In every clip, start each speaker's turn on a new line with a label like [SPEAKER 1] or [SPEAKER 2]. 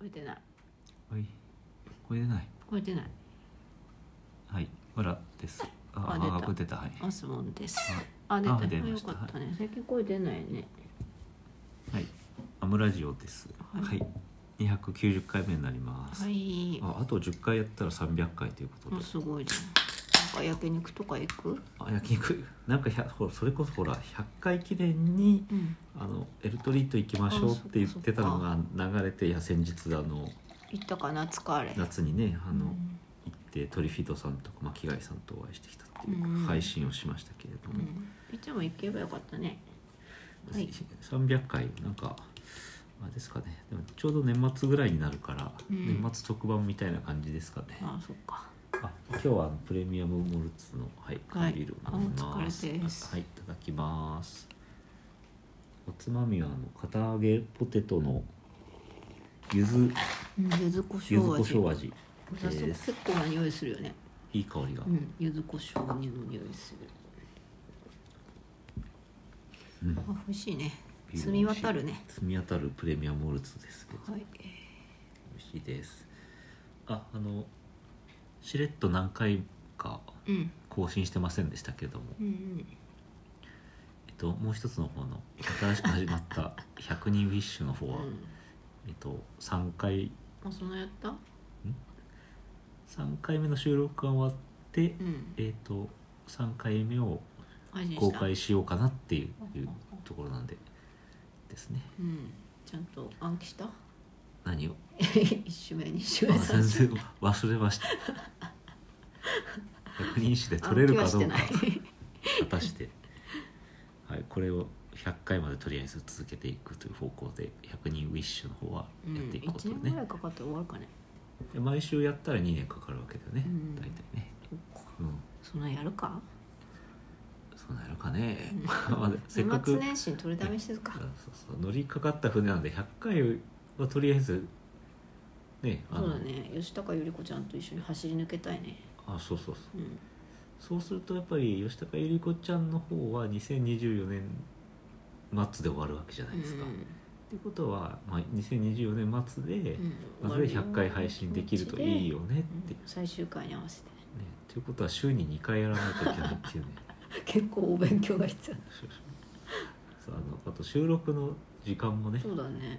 [SPEAKER 1] 超えてない
[SPEAKER 2] はいこれ出ない
[SPEAKER 1] 超えてない
[SPEAKER 2] はいほらです
[SPEAKER 1] あ
[SPEAKER 2] あ
[SPEAKER 1] 出た
[SPEAKER 2] あこれ出たはい
[SPEAKER 1] アスボンです
[SPEAKER 2] あ
[SPEAKER 1] あ出た
[SPEAKER 2] あ出ま
[SPEAKER 1] よ
[SPEAKER 2] した
[SPEAKER 1] かったね最近声出ないね
[SPEAKER 2] はいアムラジオです
[SPEAKER 1] はい
[SPEAKER 2] はい290回目になります
[SPEAKER 1] はい
[SPEAKER 2] ああと10回やったら300回ということ
[SPEAKER 1] もう
[SPEAKER 2] です
[SPEAKER 1] ごいじゃんなんか焼肉とか行く
[SPEAKER 2] あ焼肉なんか100ほらそれこそほら100回記念に
[SPEAKER 1] うん
[SPEAKER 2] あのエルトリート行きましょうって言ってたのが流れていや先日あの
[SPEAKER 1] 行ったかな疲れ
[SPEAKER 2] 夏にねあの、
[SPEAKER 1] うん
[SPEAKER 2] 行ってトリフィードさんとか巻貝さんとお会いしてきたってい
[SPEAKER 1] うん
[SPEAKER 2] う配信をしましたけれど
[SPEAKER 1] う
[SPEAKER 2] も、
[SPEAKER 1] んいつも行けばよかったねはい
[SPEAKER 2] 300回なんかあれですかねでもちょうど年末ぐらいになるから、
[SPEAKER 1] うん
[SPEAKER 2] 年末特番みたいな感じですかね
[SPEAKER 1] あそっか
[SPEAKER 2] あ今日はあのプレミアムモルツの、はい、
[SPEAKER 1] はい
[SPEAKER 2] 缶ビールを飲みます,
[SPEAKER 1] あ
[SPEAKER 2] あ、
[SPEAKER 1] お疲れです
[SPEAKER 2] はいいただきますおつまみはあの片揚げポテトの柚子
[SPEAKER 1] うん柚子胡椒
[SPEAKER 2] 柚子胡
[SPEAKER 1] 味
[SPEAKER 2] 椒味
[SPEAKER 1] 早速
[SPEAKER 2] で
[SPEAKER 1] 結
[SPEAKER 2] す
[SPEAKER 1] 構な匂いするよね
[SPEAKER 2] いい香りが、
[SPEAKER 1] うん柚子胡椒の匂いする
[SPEAKER 2] うん
[SPEAKER 1] あ美味しいね
[SPEAKER 2] 美味しい
[SPEAKER 1] 澄み渡るね
[SPEAKER 2] 澄み当たるプレミアムモルツですけど
[SPEAKER 1] はい
[SPEAKER 2] 美味しいですああのしれっと何回か
[SPEAKER 1] うん
[SPEAKER 2] 更新してませんでしたけども、
[SPEAKER 1] うんうん
[SPEAKER 2] えっと、もう一つの方の新しく始 まった「100人ウィッシュ」の方は、
[SPEAKER 1] うん
[SPEAKER 2] えっと、3回
[SPEAKER 1] あそのやった
[SPEAKER 2] 3回目の収録が終わって、
[SPEAKER 1] うん
[SPEAKER 2] えっと3回目を
[SPEAKER 1] 味した
[SPEAKER 2] 公開しようかなってい
[SPEAKER 1] うん
[SPEAKER 2] ういうところなんでですね
[SPEAKER 1] うんちゃんと暗記した
[SPEAKER 2] 何を
[SPEAKER 1] 一週目二週目
[SPEAKER 2] あ
[SPEAKER 1] 三
[SPEAKER 2] 全
[SPEAKER 1] 週
[SPEAKER 2] 然忘れ ました100人誌で取れるかどうか
[SPEAKER 1] 暗記はしてない
[SPEAKER 2] 果たして、はい、これを100回までとりあえず続けていくという方向で100人ウィッシュの方は
[SPEAKER 1] うん
[SPEAKER 2] やっていこうと
[SPEAKER 1] 一
[SPEAKER 2] い
[SPEAKER 1] 年
[SPEAKER 2] う
[SPEAKER 1] ぐら
[SPEAKER 2] ね
[SPEAKER 1] い、かかって終わるかね
[SPEAKER 2] で毎週やったら2年かかるわけだよね、
[SPEAKER 1] うん
[SPEAKER 2] 大体ね、
[SPEAKER 1] そっか
[SPEAKER 2] うん、
[SPEAKER 1] そのやるか
[SPEAKER 2] そうなるかね、
[SPEAKER 1] うん
[SPEAKER 2] まあせっ
[SPEAKER 1] 年
[SPEAKER 2] かく
[SPEAKER 1] 末年始に取りだめしてるか
[SPEAKER 2] そうそう乗りかかった船なんで100回はとりあえずねあ
[SPEAKER 1] そ
[SPEAKER 2] の
[SPEAKER 1] うだね吉高由里子ちゃんと一緒に走り抜けたいね
[SPEAKER 2] あそうそうそう
[SPEAKER 1] うん
[SPEAKER 2] そうするとやっぱり吉高由里子ちゃんの方は2024年末で終わるわけじゃないですか。
[SPEAKER 1] う
[SPEAKER 2] っ
[SPEAKER 1] ん
[SPEAKER 2] てことは、まあ、2024年末で、
[SPEAKER 1] うん
[SPEAKER 2] まあそれで100回配信できるといいよねって、
[SPEAKER 1] うん
[SPEAKER 2] ね、
[SPEAKER 1] 最終回に合わせて
[SPEAKER 2] ということは週に2回やらないといけない っていうね
[SPEAKER 1] 結構お勉強が必要
[SPEAKER 2] そうあのあと収録の時間もね
[SPEAKER 1] そうだね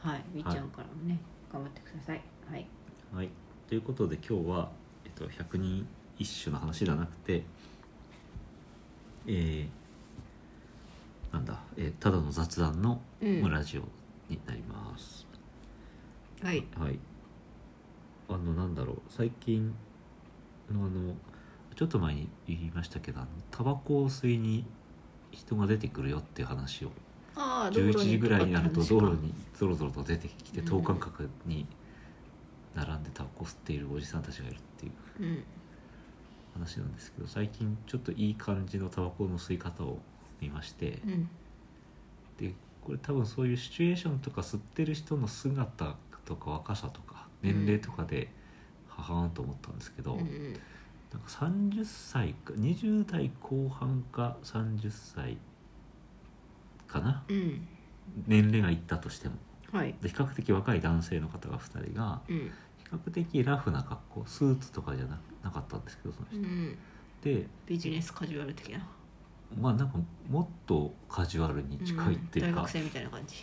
[SPEAKER 1] はいみっちゃんからもね頑張ってくださいはい
[SPEAKER 2] はい、ということで今日は、えっと、百人一首の話じゃなくてえー、なんだ、えーただの雑談の
[SPEAKER 1] うん
[SPEAKER 2] ラジオになります、
[SPEAKER 1] はい
[SPEAKER 2] はいあのなんだろう最近のあのちょっと前に言いましたけどあのタバコを吸いに人が出てくるよっていう話を
[SPEAKER 1] ああ
[SPEAKER 2] 11時ぐらいになると道路
[SPEAKER 1] に
[SPEAKER 2] にぞろぞろと出てきて
[SPEAKER 1] うん
[SPEAKER 2] 等間隔に並んでタバコ吸っているおじさんたちがいるっていう
[SPEAKER 1] うん
[SPEAKER 2] 話なんですけど最近ちょっといい感じのタバコの吸い方を見まして
[SPEAKER 1] うん
[SPEAKER 2] でこれ多分そういうシチュエーションとか吸ってる人の姿とか若さとか年齢とかで母はんと思ったんですけど、
[SPEAKER 1] うんうん
[SPEAKER 2] なんか30歳か20代後半か30歳かな
[SPEAKER 1] うん
[SPEAKER 2] 年齢がいったとしても。
[SPEAKER 1] はい
[SPEAKER 2] で比較的若い男性の方が2人が
[SPEAKER 1] うん
[SPEAKER 2] 比較的ラフな格好スーツとかじゃななかったんですけどその
[SPEAKER 1] う
[SPEAKER 2] 人、
[SPEAKER 1] ん
[SPEAKER 2] で
[SPEAKER 1] ビジネスカジュアル的な
[SPEAKER 2] まあなんかもっとカジュアルに近いっていう
[SPEAKER 1] 大
[SPEAKER 2] か
[SPEAKER 1] 学、生みたいな感じ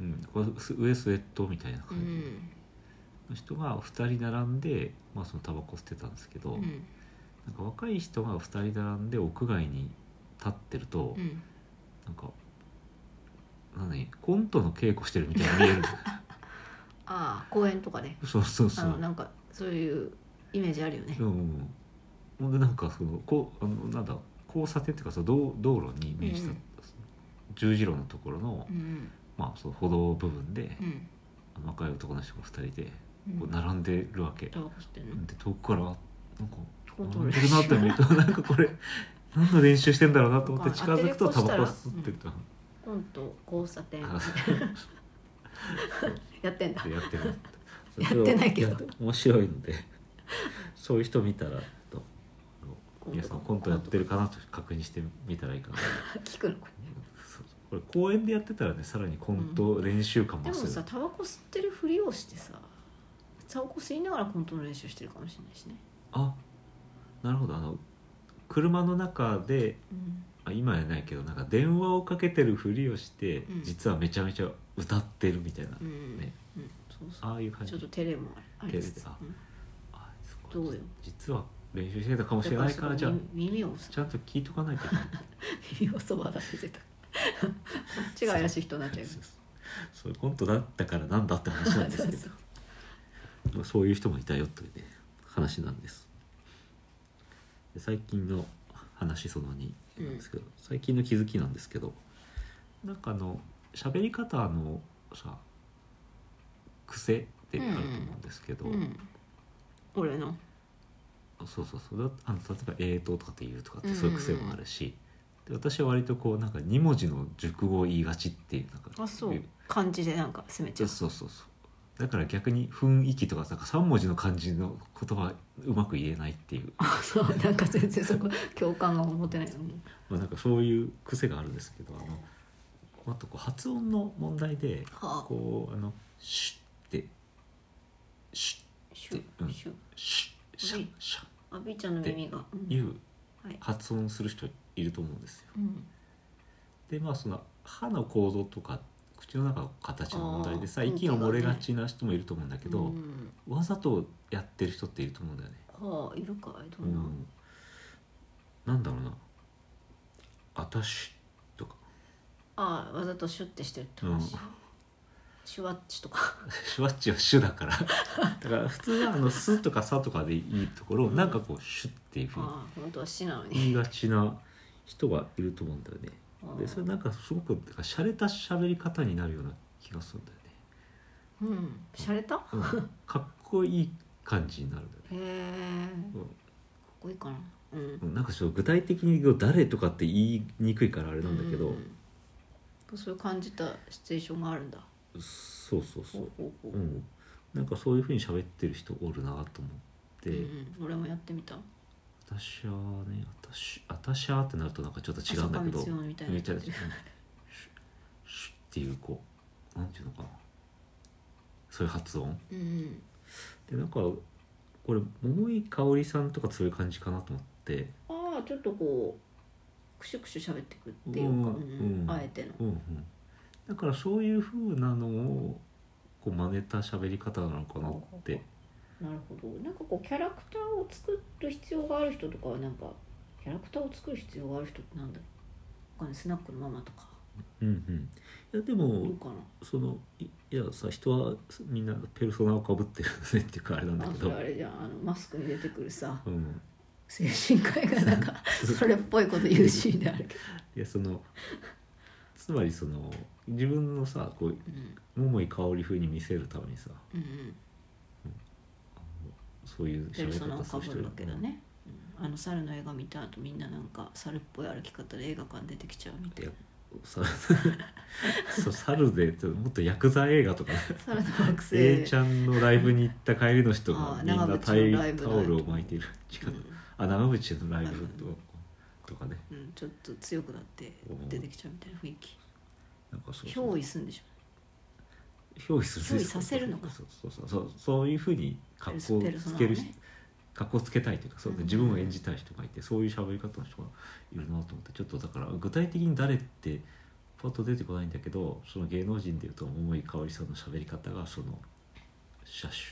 [SPEAKER 2] うんこれす上スウェットみたいな
[SPEAKER 1] う
[SPEAKER 2] 感じ
[SPEAKER 1] ん
[SPEAKER 2] の人が2人並んで、まあ、そのタバコ吸ってたんですけど、
[SPEAKER 1] うん
[SPEAKER 2] なんか若い人が2人並んで屋外に立ってると、
[SPEAKER 1] うん
[SPEAKER 2] なんか何コントの稽古してるみたいに見 える
[SPEAKER 1] ああ公園とかね
[SPEAKER 2] そうそうそ
[SPEAKER 1] あ
[SPEAKER 2] う
[SPEAKER 1] のなんかそういうイメージあるよね
[SPEAKER 2] うんうんうんほんでなんかそのこうあのなんだ交差点っていうかその道道路に面した、
[SPEAKER 1] うん
[SPEAKER 2] 十字路のところの,、
[SPEAKER 1] うん
[SPEAKER 2] まあ、その歩道部分で、
[SPEAKER 1] うん
[SPEAKER 2] あの若い男の人が2人で
[SPEAKER 1] うん
[SPEAKER 2] こう並んでるわけ、
[SPEAKER 1] タバコ吸ってんの
[SPEAKER 2] で遠くからなんか
[SPEAKER 1] コントロー
[SPEAKER 2] 並ん
[SPEAKER 1] ル
[SPEAKER 2] でるなって見るとなんかこれ何の練習してんだろうなと思って近づくと
[SPEAKER 1] 当て
[SPEAKER 2] タ
[SPEAKER 1] れっこした
[SPEAKER 2] バコ
[SPEAKER 1] ら
[SPEAKER 2] 吸ってた、
[SPEAKER 1] 今度交差点
[SPEAKER 2] あ
[SPEAKER 1] やってんだ
[SPEAKER 2] やってる
[SPEAKER 1] やってないけど
[SPEAKER 2] やって面白いのでそういう人見たらと皆さんコントやってるかなと確認してみたらいいかな
[SPEAKER 1] 聞くのこれ
[SPEAKER 2] そうこれ公園でやってたらねさらにコント練習感
[SPEAKER 1] で
[SPEAKER 2] も
[SPEAKER 1] も
[SPEAKER 2] する、
[SPEAKER 1] さタバコ吸ってるふりをしてさタバコ吸いながらコントの練習してるかもしれないしね、
[SPEAKER 2] あなるほどあの車の中で
[SPEAKER 1] うん、
[SPEAKER 2] あ今やないけどなんか電話をかけてるふりをして、
[SPEAKER 1] うん
[SPEAKER 2] 実はめちゃめちゃ歌ってるみたいな、
[SPEAKER 1] うん、
[SPEAKER 2] ね
[SPEAKER 1] うん、そうそう
[SPEAKER 2] ああいう感
[SPEAKER 1] ち
[SPEAKER 2] じ
[SPEAKER 1] ょっと照れもありつ
[SPEAKER 2] 照れ
[SPEAKER 1] つ
[SPEAKER 2] てああすごい
[SPEAKER 1] どうよ
[SPEAKER 2] 実は練習してたかも
[SPEAKER 1] も
[SPEAKER 2] しれないからじゃあ
[SPEAKER 1] 耳をさ
[SPEAKER 2] ちゃんと聞いとか ないといけない
[SPEAKER 1] 耳をそばだててたあっちが怪しい人になっちゃう
[SPEAKER 2] そうそうそういうコントだったからなんだって話なんですけど
[SPEAKER 1] そう
[SPEAKER 2] まあ、そういう人もいたよというね話なんですで最近の話その2なんですけど、最近の気づきなんですけどなんかあの喋り方のさ癖ってあると思うんですけど、
[SPEAKER 1] うん、俺の
[SPEAKER 2] そうそうそうだあの例えば「えーと」とかって言うとかって
[SPEAKER 1] うん
[SPEAKER 2] そういう癖もあるし、で私は割とこうなんか2文字の熟語を言いがちっていうなんか
[SPEAKER 1] あそう漢字でなんか攻めちゃ
[SPEAKER 2] そう
[SPEAKER 1] う
[SPEAKER 2] そうそうそうだから逆に雰囲気とかさ3文字の漢字の言葉うまく言えないっていう
[SPEAKER 1] あそうなんか全然そこ共感が持てないのに
[SPEAKER 2] まあ、なんかそういう癖があるんですけどあのあとこう発音の問題で
[SPEAKER 1] はあ
[SPEAKER 2] こうあの「シュ」って「シ
[SPEAKER 1] シュ
[SPEAKER 2] うん
[SPEAKER 1] シュ
[SPEAKER 2] ュシュシャシャ」
[SPEAKER 1] あびーちゃんの耳がうん
[SPEAKER 2] いう
[SPEAKER 1] はい
[SPEAKER 2] 発音する人いると思うんですよ。
[SPEAKER 1] うん
[SPEAKER 2] でまあその歯の構造とか口の中の形の問題でさ
[SPEAKER 1] あー
[SPEAKER 2] 息が漏れがちな人もいると思うんだけど、
[SPEAKER 1] うん
[SPEAKER 2] わざとやってる人っていると思うんだよね。
[SPEAKER 1] はあいるかいど
[SPEAKER 2] うん
[SPEAKER 1] な、
[SPEAKER 2] ん、なんだろうな「あたし」とか
[SPEAKER 1] あわざとシュッてしてるって話、
[SPEAKER 2] うん
[SPEAKER 1] シュワッチとか
[SPEAKER 2] シュワッチはシュだ からだから普通はあの「す」とか「さ」とかでいいところをなんかこう「シュ」っていうふうに
[SPEAKER 1] あ本当は死なのに
[SPEAKER 2] 言いがちな人がいると思うんだよねでそれなんかすごくなんか洒落た喋り方になるような気がするんだよ
[SPEAKER 1] うん洒落たへ
[SPEAKER 2] ね、 うん、かっこいい感じになるんだよね
[SPEAKER 1] え
[SPEAKER 2] う
[SPEAKER 1] か
[SPEAKER 2] ん
[SPEAKER 1] っこいいかなうん
[SPEAKER 2] うんなんかちょっと具体的に誰とかって言いにくいからあれなんだけど、
[SPEAKER 1] うんそう感じたシチュエーションがあるんだ
[SPEAKER 2] そうそうそ
[SPEAKER 1] ほう
[SPEAKER 2] う、
[SPEAKER 1] ほうほう
[SPEAKER 2] う、
[SPEAKER 1] ん
[SPEAKER 2] なんかそういうふうに喋ってる人おるなと思って、
[SPEAKER 1] うんうん俺もやってみた
[SPEAKER 2] 私はね私私はってなるとなんかちょっと違うんだけど
[SPEAKER 1] 朝霞光代みたいな
[SPEAKER 2] めっちゃシュッシュッっていうこうなんていうのかなそういう発音
[SPEAKER 1] うんうん
[SPEAKER 2] でなんかこれ桃井かおりさんとかそういう感じかなと思って
[SPEAKER 1] ああちょっとこうクシュクシュ喋ってくっていうか、
[SPEAKER 2] うん
[SPEAKER 1] うん
[SPEAKER 2] うん
[SPEAKER 1] あえての
[SPEAKER 2] うんうんだからそういう風なのをこう真似た喋り方なのかなって
[SPEAKER 1] なるほどなんかこうキャラクターを作る必要がある人とかはなんかキャラクターを作る必要がある人ってなんだろうわかんないスナックのママとか
[SPEAKER 2] うんうんいやで
[SPEAKER 1] い
[SPEAKER 2] も
[SPEAKER 1] るかな
[SPEAKER 2] そのいいやさ人はみんなペルソナをかぶってるねっていうかあれなんだ
[SPEAKER 1] あ
[SPEAKER 2] け
[SPEAKER 1] そ
[SPEAKER 2] ど
[SPEAKER 1] れあれじゃんあのマスクに出てくるさ
[SPEAKER 2] うん
[SPEAKER 1] 精神科医がなんかそれっぽいこと言うシーンであるけど、
[SPEAKER 2] いやそのつまりその自分のさこう
[SPEAKER 1] うん
[SPEAKER 2] 桃井香り風に見せるためにさ
[SPEAKER 1] うんうん、
[SPEAKER 2] そういう
[SPEAKER 1] ペルソナを
[SPEAKER 2] す
[SPEAKER 1] か
[SPEAKER 2] る
[SPEAKER 1] ぶ
[SPEAKER 2] 人
[SPEAKER 1] るわけだね、うんあの猿の映画見た後みんななんか猿っぽい歩き方で映画館出てきちゃうみたい
[SPEAKER 2] い
[SPEAKER 1] な
[SPEAKER 2] やさ そう猿でちょっともっとヤクザ映画とかね
[SPEAKER 1] 猿の惑星
[SPEAKER 2] A ちゃんのライブに行った帰りの人
[SPEAKER 1] あー
[SPEAKER 2] がみんな
[SPEAKER 1] 長
[SPEAKER 2] タ
[SPEAKER 1] 渕のライ
[SPEAKER 2] イ
[SPEAKER 1] ブ
[SPEAKER 2] タ
[SPEAKER 1] の
[SPEAKER 2] オルを巻いてる時間、あ長渕のライブととかね
[SPEAKER 1] うんうん、ちょっと強くなって出てきちゃうみたいな雰囲気
[SPEAKER 2] なんかそうそう
[SPEAKER 1] 憑依するんでしょ
[SPEAKER 2] 憑依する
[SPEAKER 1] 憑依させるのか
[SPEAKER 2] そうそうそうそうそういうふうに格好
[SPEAKER 1] ペルソ
[SPEAKER 2] つ
[SPEAKER 1] ナを
[SPEAKER 2] ける、
[SPEAKER 1] ね
[SPEAKER 2] 格好つけたいというかそう
[SPEAKER 1] うん
[SPEAKER 2] 自分を演じたい人がいてそういう喋り方の人がいるなと思ってちょっとだから具体的に誰ってパッと出てこないんだけどその芸能人でいうと桃井かおりさんの喋り方がその「シャッシ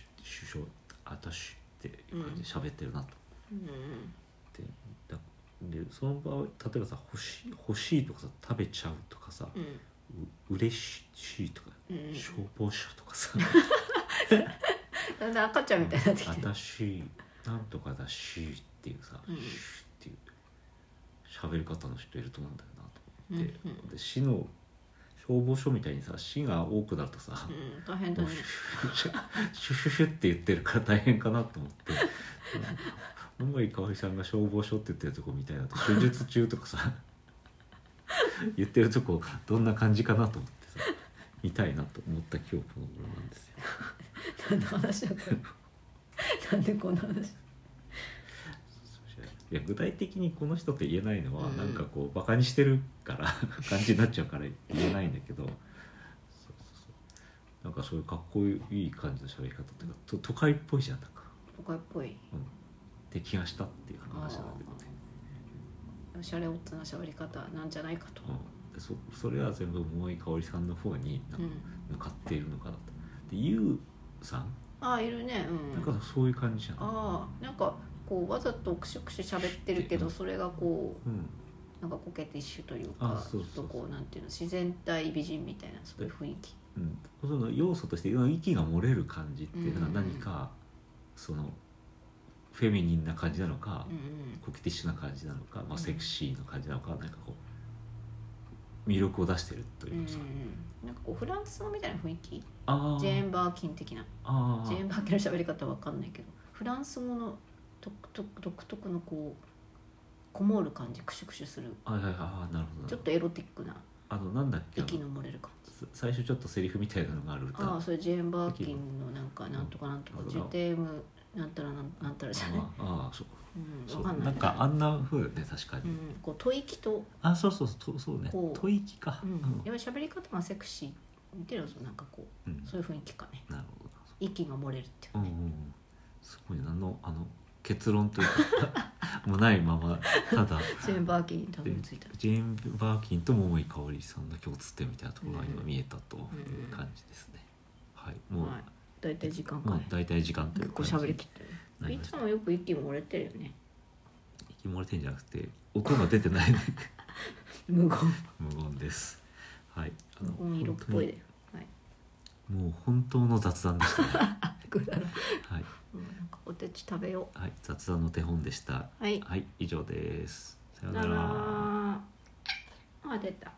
[SPEAKER 2] ュ首相あたし」っていう感じで喋ってるなと
[SPEAKER 1] うんうん
[SPEAKER 2] 思って、だでその場合例えばさ「欲しい欲しい」とかさ「食べちゃう」とかさ
[SPEAKER 1] うん
[SPEAKER 2] 「う嬉しい」とか
[SPEAKER 1] う
[SPEAKER 2] 「
[SPEAKER 1] ん
[SPEAKER 2] 消防車」とかさ
[SPEAKER 1] だんだん赤ちゃんみたいになってきてる
[SPEAKER 2] 私なんとかだしっていうさ、
[SPEAKER 1] うん
[SPEAKER 2] シュっていう喋り方の人いると思うんだよなと
[SPEAKER 1] うんう
[SPEAKER 2] 思っ
[SPEAKER 1] ん
[SPEAKER 2] て、で市の消防署みたいにさ市が多くなるとさ、
[SPEAKER 1] うん大変だ
[SPEAKER 2] もう
[SPEAKER 1] ね
[SPEAKER 2] シュシュシュシュシュって言ってるから大変かなと思って桃井かおりさんが消防署って言ってるとこみたいなと手術中とかさ言ってるとこどんな感じかなと思ってさ見たいなと思った今日この頃なんですよ。
[SPEAKER 1] 何の話だこれなんでこんな話
[SPEAKER 2] そうじゃないいや具体的にこの人って言えないのは、
[SPEAKER 1] うん
[SPEAKER 2] なんかこうバカにしてるから感じになっちゃうから言えないんだけどそうそうそうなんかそういうかっこいい感じの喋り方っていうかと都会っぽいじゃんなんか、
[SPEAKER 1] 都会っぽい
[SPEAKER 2] うん、って気がしたっていう話なんだけどね、
[SPEAKER 1] おしゃれオッズな喋り方なんじゃないかと、
[SPEAKER 2] うん、でそそれは全部萌え香織さんの方になん
[SPEAKER 1] う
[SPEAKER 2] か
[SPEAKER 1] ん、
[SPEAKER 2] 向かっているのかなと。でゆうさん
[SPEAKER 1] ああいるねうん
[SPEAKER 2] なんかそういう感じじゃん、
[SPEAKER 1] ああなんかこうわざとくしゅくしゅ喋ってるけどそれがこう
[SPEAKER 2] うん、
[SPEAKER 1] なんかコケティッシュという
[SPEAKER 2] あ
[SPEAKER 1] かち
[SPEAKER 2] そ
[SPEAKER 1] ょ
[SPEAKER 2] う
[SPEAKER 1] っ
[SPEAKER 2] そ
[SPEAKER 1] と
[SPEAKER 2] うそう
[SPEAKER 1] こうなんていうの自然体美人みたいなそういう雰囲気
[SPEAKER 2] うん、その要素としてうん息が漏れる感じっていうのは
[SPEAKER 1] うん
[SPEAKER 2] 何か、そのフェミニンな感じなのか、
[SPEAKER 1] うんうん
[SPEAKER 2] コケティッシュな感じなのか、
[SPEAKER 1] う
[SPEAKER 2] ま
[SPEAKER 1] ん
[SPEAKER 2] あ、セクシーな感じなのか、なんかこう魅力を出してると
[SPEAKER 1] うんう
[SPEAKER 2] い
[SPEAKER 1] ん
[SPEAKER 2] うかさ、
[SPEAKER 1] うんなんかこうフランス語みたいな雰囲気
[SPEAKER 2] あ
[SPEAKER 1] ジェー
[SPEAKER 2] ー
[SPEAKER 1] ン・バーキン的な
[SPEAKER 2] あ
[SPEAKER 1] ジェー
[SPEAKER 2] ー
[SPEAKER 1] ン・バーキンの喋り方わかんないけどフランス語の独特独特のこうこもる感じクシュクシュする
[SPEAKER 2] あはいはいあーなるほど
[SPEAKER 1] ちょっとエロティックな
[SPEAKER 2] あのなんだっけあの
[SPEAKER 1] 息の漏れる感じ
[SPEAKER 2] さ最初ちょっとセリフみたいなのがある歌
[SPEAKER 1] ああそれジェーン・バーキンのなんかなんとかなんとか
[SPEAKER 2] うん
[SPEAKER 1] ジュテームなんたらなんなんたらじゃない
[SPEAKER 2] あーあーそう
[SPEAKER 1] うん
[SPEAKER 2] そ
[SPEAKER 1] わ
[SPEAKER 2] う
[SPEAKER 1] かんない
[SPEAKER 2] なんかあんなふうね確か
[SPEAKER 1] う
[SPEAKER 2] に、
[SPEAKER 1] んこう吐息と
[SPEAKER 2] あそうそうそうそうね
[SPEAKER 1] こう
[SPEAKER 2] 吐息か、
[SPEAKER 1] う
[SPEAKER 2] うんん
[SPEAKER 1] やっぱり喋り方がセクシーっていうのはそうなんかこう
[SPEAKER 2] うん
[SPEAKER 1] そういう雰囲気かね
[SPEAKER 2] なるほど
[SPEAKER 1] 息が漏れるっていう
[SPEAKER 2] うんうんうんすごいなあのあの結論というかもうないままただ
[SPEAKER 1] ジェーン・バーキンにたどり着いた
[SPEAKER 2] ジェーン・バーキンと桃井かおりさんの共通点みたいなところが今見えたという感じですね、はいもう、
[SPEAKER 1] はい大体時間
[SPEAKER 2] ま
[SPEAKER 1] か
[SPEAKER 2] あ
[SPEAKER 1] ね
[SPEAKER 2] 大体時間とい
[SPEAKER 1] 結
[SPEAKER 2] う
[SPEAKER 1] 構
[SPEAKER 2] 感じ
[SPEAKER 1] 喋りきって
[SPEAKER 2] な
[SPEAKER 1] る
[SPEAKER 2] り
[SPEAKER 1] い
[SPEAKER 2] まし
[SPEAKER 1] つ
[SPEAKER 2] た
[SPEAKER 1] もよく息が漏れてるよね
[SPEAKER 2] 息漏れてんじゃなくて音が出てない
[SPEAKER 1] 無言
[SPEAKER 2] 無言ですはいあの
[SPEAKER 1] 無言色っぽいで
[SPEAKER 2] 本当にもう本当の雑談でしたね
[SPEAKER 1] くだらん
[SPEAKER 2] はい、
[SPEAKER 1] うんなんかおてち食べよ
[SPEAKER 2] はい、雑談の手本でした
[SPEAKER 1] うはい
[SPEAKER 2] はい以上ですさよう
[SPEAKER 1] な
[SPEAKER 2] なら
[SPEAKER 1] らあ出た